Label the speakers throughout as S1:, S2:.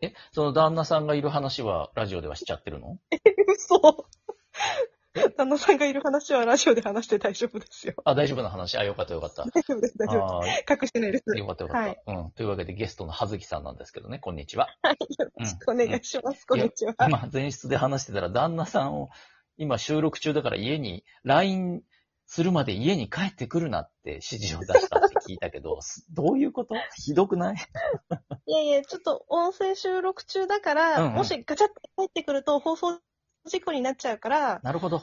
S1: え、その旦那さんがいる話は、ラジオではしちゃってるの
S2: 嘘。旦那さんがいる話はラジオで話して大丈夫ですよ。
S1: あ、大丈夫な話。あ、よかったよかった。
S2: 大丈夫です、大丈夫
S1: あー
S2: です。隠してないです。
S1: よかったよかった、
S2: はい
S1: うん。というわけでゲストの葉月さんなんですけどね、こんにちは。
S2: はい、よろしくお願いします。こんにちは。
S1: 今、前室で話してたら、旦那さんを、今収録中だから家に、LINE するまで家に帰ってくるなって指示を出したって聞いたけ ど、すどういうことひどくない
S2: いやいや、ちょっと音声収録中だから、
S1: うんうん
S2: もしガチャって入ってくると放送事故になっちゃうから、よ
S1: なるほど。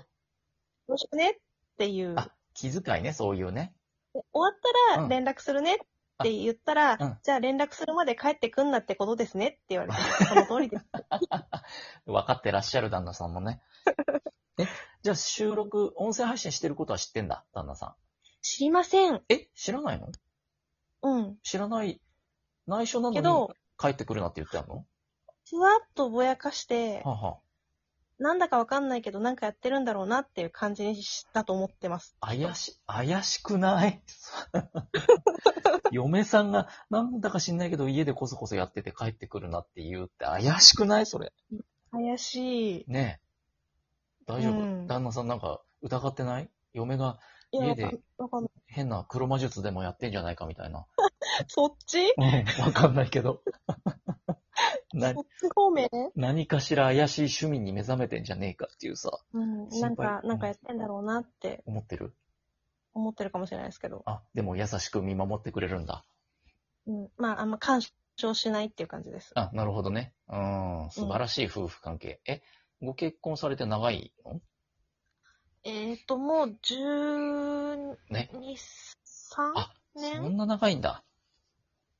S2: ろしくねっていう。
S1: あ、気遣いね、そういうね。
S2: で終わった
S1: うん
S2: ら連絡するねって言ったら、
S1: うん
S2: じゃあ連絡するまで帰ってくんなってことですねって言 われて、その通りです。
S1: 分かってらっしゃる旦那さんもね。 え、じゃあ収録、音声配信してることは知ってんだ、旦那さ
S2: 知りません。
S1: ん。え、知らないの
S2: うん。
S1: 知らない。内緒なの
S2: け
S1: に
S2: ど、
S1: 帰ってくるなって言ってあるの
S2: ふわっとぼやかして、
S1: はあは
S2: なんだかわかんないけど、なんかやってるんだろうなっていう感じにしだと思ってます。
S1: あ、怪し、怪しくない 嫁さんが、なんだか知んないけど、家でこそこそやってて帰ってくるなって言うって、怪しくないそれ。
S2: 怪しい。
S1: ねえ。大丈夫、
S2: うん
S1: 旦那さんなんか疑ってない嫁が
S2: いや、
S1: 家
S2: わ
S1: で
S2: かんわかんない。
S1: 変な黒魔術でもやってんじゃないかみたいな。
S2: そっち
S1: うんわかんないけ ど。な
S2: そっち方面
S1: 何かしら怪しい趣味に目覚めてんじゃねえかっていうさ、
S2: うん。
S1: 心配
S2: なんか、
S1: うん
S2: なんかやってんだろうなって
S1: 思ってる
S2: 思ってるかもしれないですけど。
S1: あ、でも優しく見守ってくれるんだ。
S2: うん。まあ、あんま干渉しないっていう感じです。
S1: あ、なるほどね。うん、素晴らしい夫婦関係。え、ご結婚されて長いの
S2: えっ、ー、と、もう、12、
S1: ね
S2: 3
S1: あ、そ
S2: 年
S1: んな長いんだ。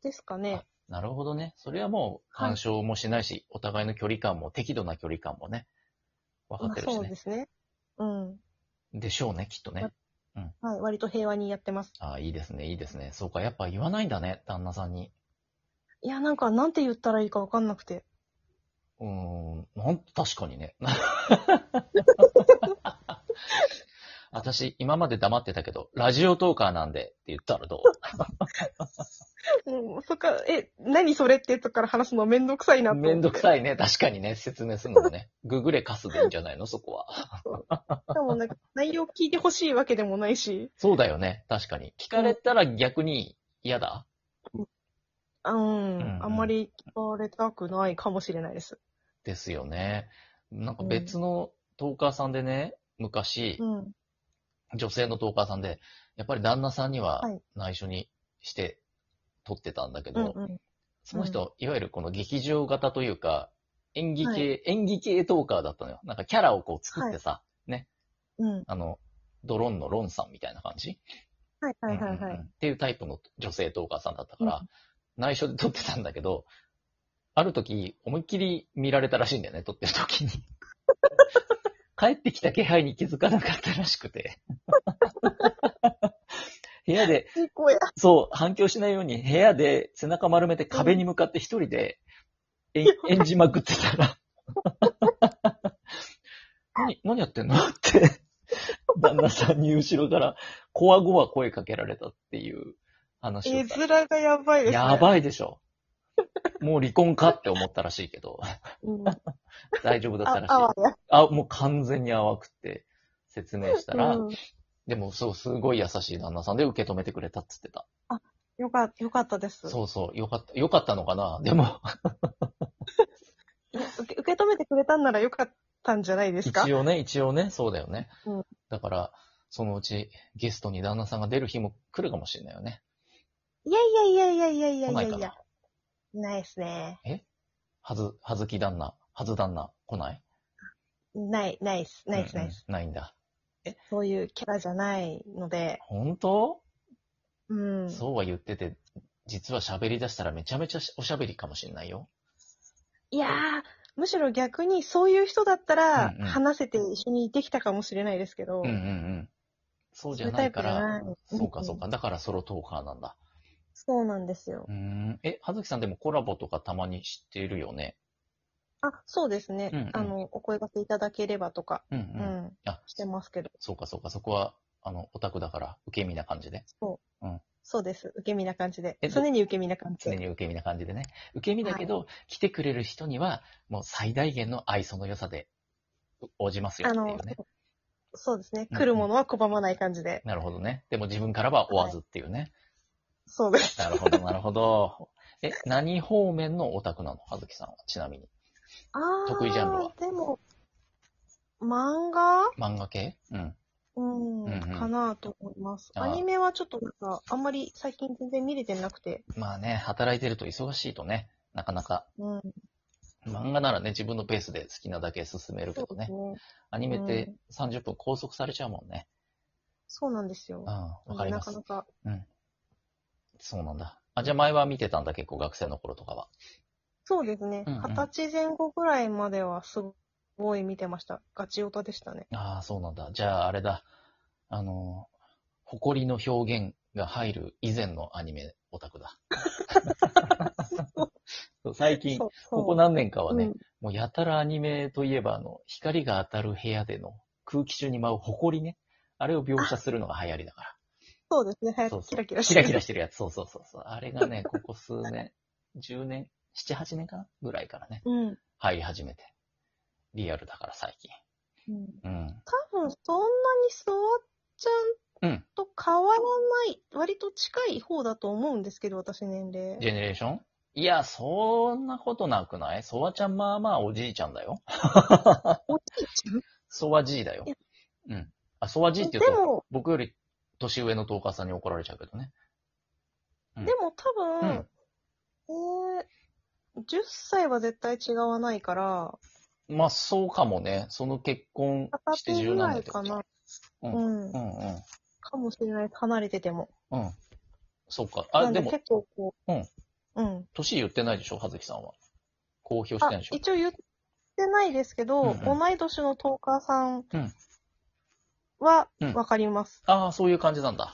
S2: ですかね。
S1: なるほどね。それはもう干渉もしないし、お互いの距離感も適度な距離感もね、分か
S2: ま
S1: っ
S2: あ、
S1: てるし
S2: そう
S1: ね
S2: で。すね。うん。
S1: でしょうね、きっとね。
S2: はい。割と平和にやってます。
S1: あ、いいですね、いいですね。そうか、やっぱ言わないんだね、旦那さんに。
S2: いや、なんか、なんて言ったらいいかわかんなくて。
S1: うーん、なん、確かにね。 私、今まで黙ってたけど、ラジオトーカーなんでって言ったらどう
S2: うん、そっか、え、何それってとこから話すのめんどくさいなと思って。
S1: めんどくさいね。確かにね、説明するのも ね。ググレカスでいいんじゃないのそこは。
S2: しかもなんか内容聞いてほしいわけでもないし、
S1: そうだよね。確かに。聞かれたら逆に嫌だ。
S2: あうん、
S1: うんうん
S2: あんまり聞かれたくないかもしれないです。
S1: ですよね。なんか別のトーカーさんでね、昔
S2: う、ん。
S1: 女性のトーカーさんで、やっぱり旦那さんには
S2: はい
S1: 内緒にして撮ってたんだけ
S2: うん
S1: ど、
S2: うん。
S1: その人、いわゆるこの劇場型というか、演技系、演技系トーカーだったのよ。なんかキャラをこう作ってさ、
S2: うん。
S1: あの、ドロンのロンさんみたいな感じ
S2: はいはいは
S1: う
S2: い
S1: んうん
S2: は
S1: うん
S2: い。
S1: っていうタイプの女性トーカーさんだったから、
S2: う
S1: 内緒で撮ってたんだけど、ある時、思いっきり見られたらしいんだよね、撮ってる時 に。帰ってきた気配に気づかなかったらしくて。部屋で、
S2: いい声。
S1: そう、反響しないように部屋で背中丸めて壁に向かって一人で演演じまくってたら、 何、何やってんのって、旦那さんに後ろから、こわごわ声かけられたっていう話
S2: 絵
S1: をさ
S2: 面がやばいですね。
S1: やばいでしょ。もう離婚かって思ったらしいけど、
S2: うん。
S1: 大丈夫だった
S2: あ
S1: ら、し
S2: あわ
S1: い。あ、もう完全に淡くって説明した
S2: や。
S1: ら、
S2: うん。
S1: でもそう、すごい優しい旦那さんで受け止めてくれたって言ってた。
S2: よかった、よかったです。
S1: そうそう、よかった、よかったのかなでも、
S2: いや受け受け止めてくれたんならよかったんじゃないですか
S1: 一応ね、一応ね、そうだよね。
S2: うん
S1: だから、そのうちゲストに旦那さんが出る日も来るかもしれないよね。
S2: いやいやいやいやいやいやいや
S1: 来ないい
S2: や
S1: か。
S2: ないですね。
S1: はず、はずき旦那、はず旦那、来ない
S2: ない、ないっす、ないっす、ないっす。
S1: うんうんないんだ。
S2: そういうキャラじゃないので、
S1: 本当、
S2: うん。
S1: そうは言ってて、実は喋り出したらめちゃめちゃおしゃべりかもしれないよ。
S2: いやー、むしろ逆にそういう人だったら
S1: うんうん
S2: 話せて一緒にできたかもしれないですけど、
S1: うんうんうん。そうじゃないか
S2: そういうタ
S1: ら
S2: イプじゃない、
S1: そうかそうか。だからソロトーカーなんだ。
S2: そうなんですよ
S1: う。ん。え、はずきさんでもコラボとかたまに知ってるよね。
S2: あ、そうですね。
S1: うんうん
S2: あの、お声掛けいただければとか、
S1: うん
S2: う
S1: うん
S2: ん、
S1: あ
S2: してますけど。
S1: そうかそうか、そこは、あの、オタクだから、受け身な感じで。
S2: そう
S1: うん。
S2: そうです。受け身な感じで
S1: え。
S2: 常に受け身な感じ
S1: 常
S2: で。
S1: に受け身な感じでね。受け身だけど、来てくれる人には、もう最大限の愛想の良さで応じますよ
S2: あ
S1: ってい
S2: の
S1: うね。、
S2: そうですね。
S1: うん
S2: 来るものは拒まない感じで。
S1: なるほどね。でも自分からは追わずっていうね。
S2: そうです。
S1: なるほど、なるほど。え、何方面のオタクなのはずきさんは、ちなみに。
S2: あー
S1: 得意ジャンルは
S2: でも、漫画
S1: 漫画系うん。
S2: うん、
S1: うんうん
S2: かなと思います。
S1: あー
S2: アニメはちょっとなんか、あんまり最近全然見れてなくて。
S1: まあね、働いてると忙しいとね、なかなか。
S2: うん。
S1: 漫画ならね、自分のペースで好きなだけ進めるけ
S2: そ
S1: ど
S2: うで
S1: ね
S2: す。ね。
S1: アニメっ
S2: う
S1: て30分拘束されちゃうもんね。
S2: そうなんです
S1: う
S2: よ
S1: ん、。わかりま
S2: な
S1: す
S2: か。なか。
S1: そうなんだ。あ、じゃあ前は見てたんだ、結構学生の頃とかは。
S2: そうですね。
S1: うんうん
S2: 二、十、歳前後ぐらいまではすごい見てました。ガチオタでしたね。
S1: ああ、そうなんだ。じゃああれだ。あのー、誇りの表現が入る以前のアニメオタクだ。 そう最近、
S2: そうそう
S1: ここ何年かはね、
S2: うん
S1: もうやたらアニメといえば、あの、光が当たる部屋での空気中に舞う埃ね。あれを描写するのが流行りだから。
S2: そうですね。は
S1: そう
S2: い。
S1: そう
S2: キラキラし
S1: キ
S2: て
S1: ラ
S2: る。
S1: キラしてるやつ。そうそうそうそう。あれがね、ここ数年、10年、7、8年かなぐらいからね、
S2: うん。
S1: 入り始めて。リアルだから最近。う
S2: うん
S1: ん。
S2: 多分そんなに座っちゃんと変わらない、割と近い方だと思うんですけど、私年齢。
S1: ジェネレーションいや、そんなことなくないソワちゃんまあまあおじいちゃんだよ。
S2: おじいちゃん
S1: ソワじいだよ
S2: いや。
S1: うん。あ、ソワじいって
S2: で
S1: 言うと、
S2: も、
S1: 僕より年上のトーカーさんに怒られちゃうけどね。うん
S2: でも多
S1: う
S2: 分
S1: ん、
S2: えー、10歳は絶対違わないから、
S1: まあ、そうかもね。その結婚
S2: 二
S1: して10
S2: 十歳ぐ
S1: 何
S2: ら
S1: 年っ
S2: い
S1: て
S2: か
S1: こと
S2: な。
S1: う
S2: うんん。
S1: うんうん。
S2: かもしれない。離れてても。
S1: うん。そうか。
S2: な
S1: あ、
S2: ん
S1: で
S2: で
S1: も、
S2: 結構こう。
S1: うん。
S2: うん。
S1: 年言ってないでしょ葉月さんは。公表して
S2: あ
S1: ないでしょ
S2: 一応言ってないですけど、
S1: うんうん
S2: 同い年のトーカーさん
S1: うん
S2: は
S1: うん
S2: わかります。
S1: ああー、そういう感じなんだ。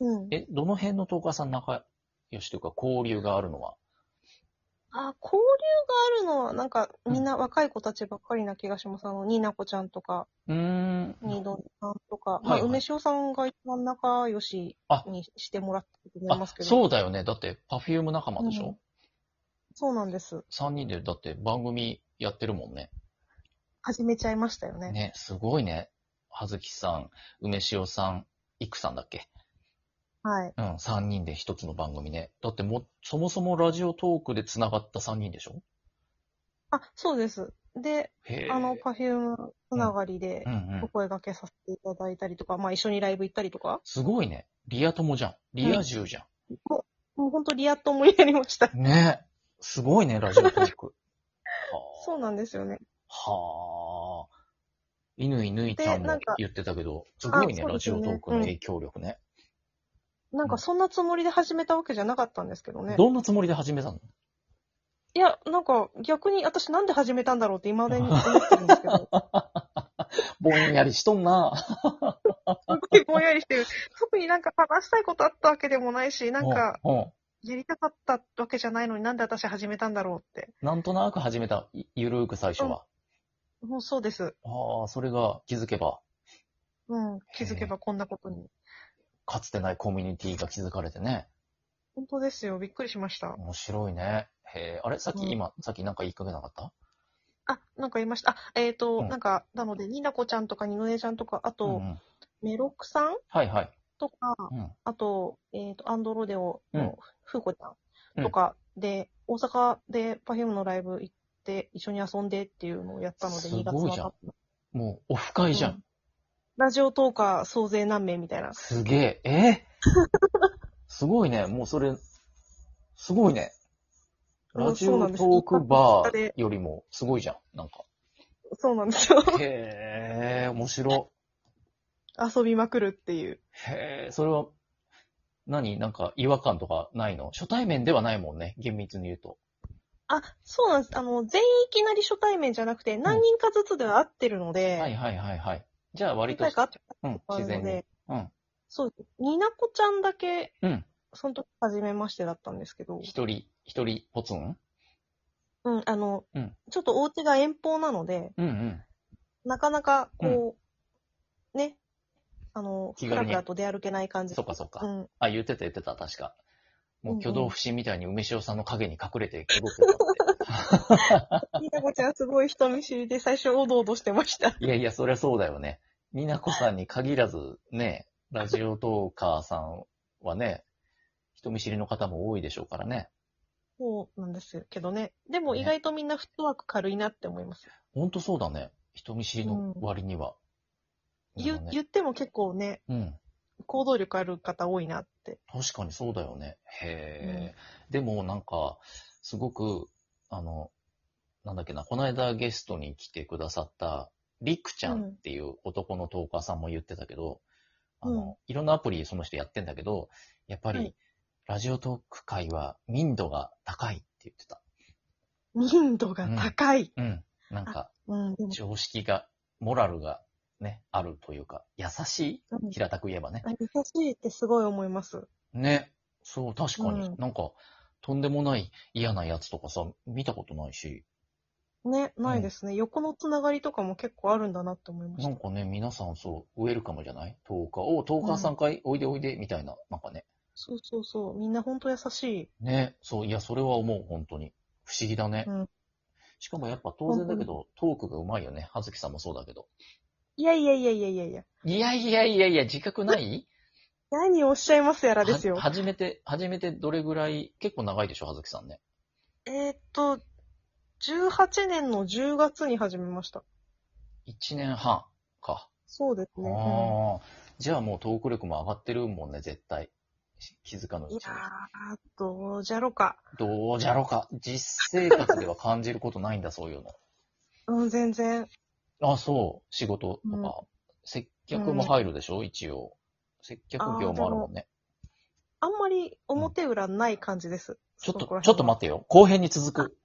S2: うん。
S1: え、どの辺のトーカーさん仲良しというか交流があるのは
S2: あ、交流があるのは、なんか、みんな若い子たちばっかりな気がします。あの、ニーナコちゃんとか、
S1: うーん。
S2: ニードンさんとか、
S1: いはい
S2: まあ、梅塩さんが一番仲良しにしてもらってると思い
S1: あ
S2: ます、けど。
S1: そうだよね。だって、パフューム仲間でしょ、
S2: そうなんです。
S1: ?3 人で、だって番組やってるもんね。
S2: 始めちゃいましたよね。
S1: ね、すごいね。葉月さん、梅塩さん、いくさんだっけ
S2: はい。
S1: うん、3人で一つの番組ね。だってもう、そもそもラジオトークで繋がった3人でしょ
S2: あ、そうです。で、
S1: へえ。
S2: あの、パフュームつながりで
S1: うん、う
S2: お
S1: ん。
S2: 声掛けさせていただいたりとか、まあ、一緒にライブ行ったりとか、
S1: すごいね。リア友じゃん。リア充じゃ
S2: もう本当リアットもやりました。
S1: ん。ね。すごいね、ラジオトーク。
S2: そうなんですよね。
S1: はあ。犬犬いちゃん
S2: でな
S1: も
S2: んか
S1: 言ってたけど、すごいね、
S2: あそう
S1: ラ
S2: です
S1: ジ
S2: よ
S1: オ
S2: ね
S1: トークの影響力ね。
S2: なんかそんなつもりで始めたわけじゃなかったんですけどね。
S1: どんなつもりで始めたの
S2: いや、なんか逆に私なんで始めたんだろうって今でに思ってるんですけど、
S1: ぼんやりしとんな。
S2: すごいぼんやりしてる。 特になんか話したいことあったわけでもないし、なんか
S1: うん、うん
S2: やりたかったわけじゃないのになんで私始めたんだろうって。
S1: なんとなく始めた。いゆるーく最初は。
S2: もうそうです。
S1: ああ、それが気づけば、
S2: うん。気づけばこんなことに。
S1: かつてないコミュニティが気づかれてね。
S2: 本当ですよ。びっくりしました。
S1: 面白いね。へえ、あれさっ
S2: う
S1: き
S2: ん
S1: 今、さっきなんか言いかけなかった
S2: あ、なんか言いました。あ、えっ、と、
S1: うん
S2: なんか、なので、ニナコちゃんとかニノネちゃんとか、あと、
S1: んん
S2: メロクさん
S1: はいはい。
S2: とか、
S1: うん。
S2: あと、えっ、と、アンドロデオのフーコちゃんとかで、大阪で Perfume のライブ行って、一緒に遊んでっていうのをやったので、
S1: すごい
S2: 2
S1: じゃ
S2: 月
S1: ん
S2: の頭
S1: もう、オフ会じゃ。
S2: うんラジオトーカー総勢何名みたいな。
S1: すげえ。えー すごいね。もうそれ、すごいね。
S2: うん
S1: ラジ
S2: そう
S1: オ
S2: なん
S1: ト
S2: です
S1: ークバーよりもすごいじゃん。なん か。
S2: そうなんですよ。
S1: へえ、面白。
S2: 遊びまくるっていう。
S1: へえ、それは、何なんか違和感とかないの初対面ではないもんね。厳密に言うと。
S2: あ、そうなんです。あの、全員いきなり初対面じゃなくて、何人かずつでは会ってるので、
S1: はいはいはいはい。じゃあ割
S2: 何
S1: と
S2: 回、か会って
S1: うん、
S2: あ
S1: 自
S2: る
S1: 然
S2: の
S1: に。
S2: で、
S1: うん。
S2: そう、ニナコちゃんだけ、
S1: うん。
S2: その時初めましてだったんですけど、
S1: 一人、一人ポツン
S2: うん、あの、
S1: うん
S2: ちょっとお家が遠方なので、
S1: うんうん。
S2: なかなか、こう、ね、あの、
S1: 気
S2: ク
S1: 軽
S2: ラ
S1: に
S2: ブだと出歩けない感じ。
S1: そっかそっか
S2: うん。
S1: あ、言ってた言ってた、確か。もう挙
S2: うんう
S1: 動
S2: ん
S1: 不審みたいに梅塩さんの影に隠れて踊ってた って。
S2: みなこちゃんすごい人見知りで最初おどおどして ました。
S1: いやいや、そりゃそうだよね。みなこさんに限らず、ね、ラジオトーカーさんはね、人見知りの方も多いでしょうからね。
S2: そうなんですけどね。でも意外とみんなフットワーク軽いなって思います。
S1: ほんとそうだね。人見知りの割には。な
S2: 言うん
S1: かね
S2: 言っても結構ね、
S1: うん。
S2: 行動力ある方多いなって。
S1: 確かにそうだよね。へえ、でもなんか、すごく、あの、なんだっけな、この間ゲストに来てくださった、りくちゃんっていう男のトーカーさんも言ってたけど、あの、
S2: う
S1: いろんなアプリその人やってんだけど、やっぱり、
S2: はい
S1: ラジオトーク界は民度が高いって言ってた。
S2: 民度が高い。
S1: うん。なんか、
S2: うん、でも、
S1: 常識が、モラルがね、あるというか、優し
S2: うん
S1: い、平たく言えばね。
S2: あ優しいってすごい思います。
S1: ね。そう、確かに。
S2: うん
S1: なんか、とんでもない嫌なやつとかさ、見たことないし、
S2: ね、ないですね。横のつながりとかも結構あるんだなって思いまし
S1: な
S2: た。
S1: んかね、皆さんそう、ウェルカムじゃないトーカー、おトーカーさんかい、おいでおいで、みたいな、なんかね。
S2: そうそうそう。みんなほんと優し
S1: ね、そう、いや、それは思う、本当に。不思議だね。
S2: うん
S1: しかもやっぱ当然だけど、トークがうまいよね。葉月さんもそうだけど。
S2: い。いやいやいやいやいやいや。
S1: いやいやいやいや、自覚ない
S2: 何をおっしゃいますやら
S1: は
S2: ですよ。
S1: 初めて、初めてどれぐらい、結構長いでしょ、葉月さんね。
S2: えーっと、18年の10月に始めました。
S1: 1年半か。
S2: そうですね。うん
S1: ああ、じゃあもうトーク力も上がってるもんね、絶対。し気づかぬう
S2: いや
S1: ちに。
S2: ー、どうじゃろか。
S1: どうじゃろか。実生活では感じることないんだ、そういう
S2: うん、全然。
S1: の。あ、そう。仕事とか。
S2: うん
S1: 接客も入るでしょ、一応。接客業もあるもんね。
S2: あんまり表裏ない感じです。
S1: ちょっ、
S2: そことら
S1: ちょっと
S2: 辺は
S1: 待ってよ。後編に続く。